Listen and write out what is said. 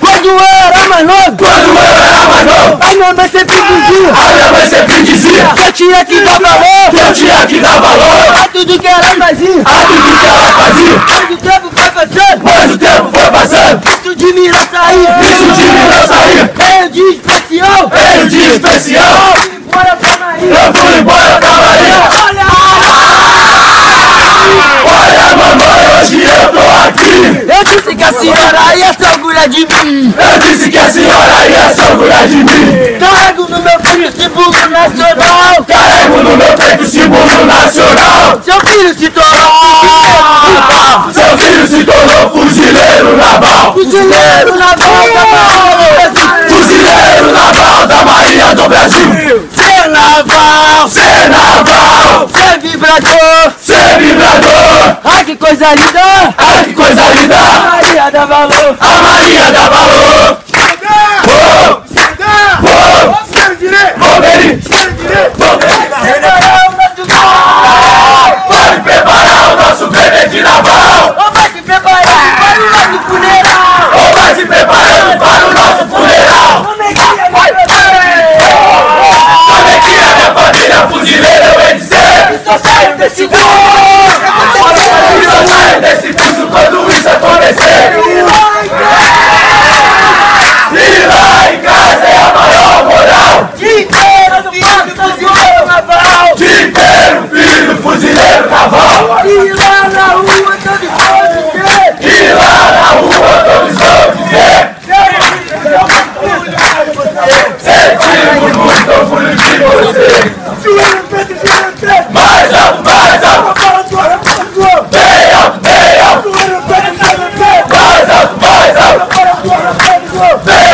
Cajueira, mano! Cajueira, mano! Ai, minha mãe sempre dizia! Ai, minha mãe sempre dizia! Que eu tinha que dar Que valor! eu tinha que dar valor A tudo que ela fazia! a tudo que ela fazia. Mas o tempo foi passando! Mas o tempo foi passando, Isso de mim não saía! isso de mim não saía. Veio de especial! Veio de especial, Bora pra Maria! eu fui embora da Maria. Olha! Olha, mamãe, hoje eu tô aqui. Eu disse que a senhora ia se orgulhar de mim! Eu disse que a senhora ia se orgulhar de mim. Carrego no meu filho símbolo nacional! Carrego no meu peito o símbolo nacional. Ah, Seu filho se um Ah, tornou Seu filho se tornou fuzileiro naval. fuzileiro na volta! Fuzileiro naval da Marinha do Brasil. Ser naval! Ser naval, Ser vibrador! ser vibrador. Ai que coisa linda! Ai, que coisa linda. Maria dá valor! A Maria dá valor! Vou! Vou! Bombeiri! Bombeiri! Preparar o nosso carro! Pode preparar o nosso bebê de naval! Ou vai se preparar para o nosso funeral! Ou vai se preparando para o nosso funeral! Homem que é meu bebê! Sabe que a minha família fuzileira eu hei de ser! Só saio desse gol! Eu só saio desse curso quando isso acontecer! E lá em casa é a maior moral! Dinheiro do Parque Brasileiro Naval! De ter um filho fuzileiro naval! E lá na rua todo mundo quer! E lá na rua todos vão dizer Sentimos muito orgulho de você Mais alto, mais alto, bem alto, bem alto Mais alto, mais alto, bem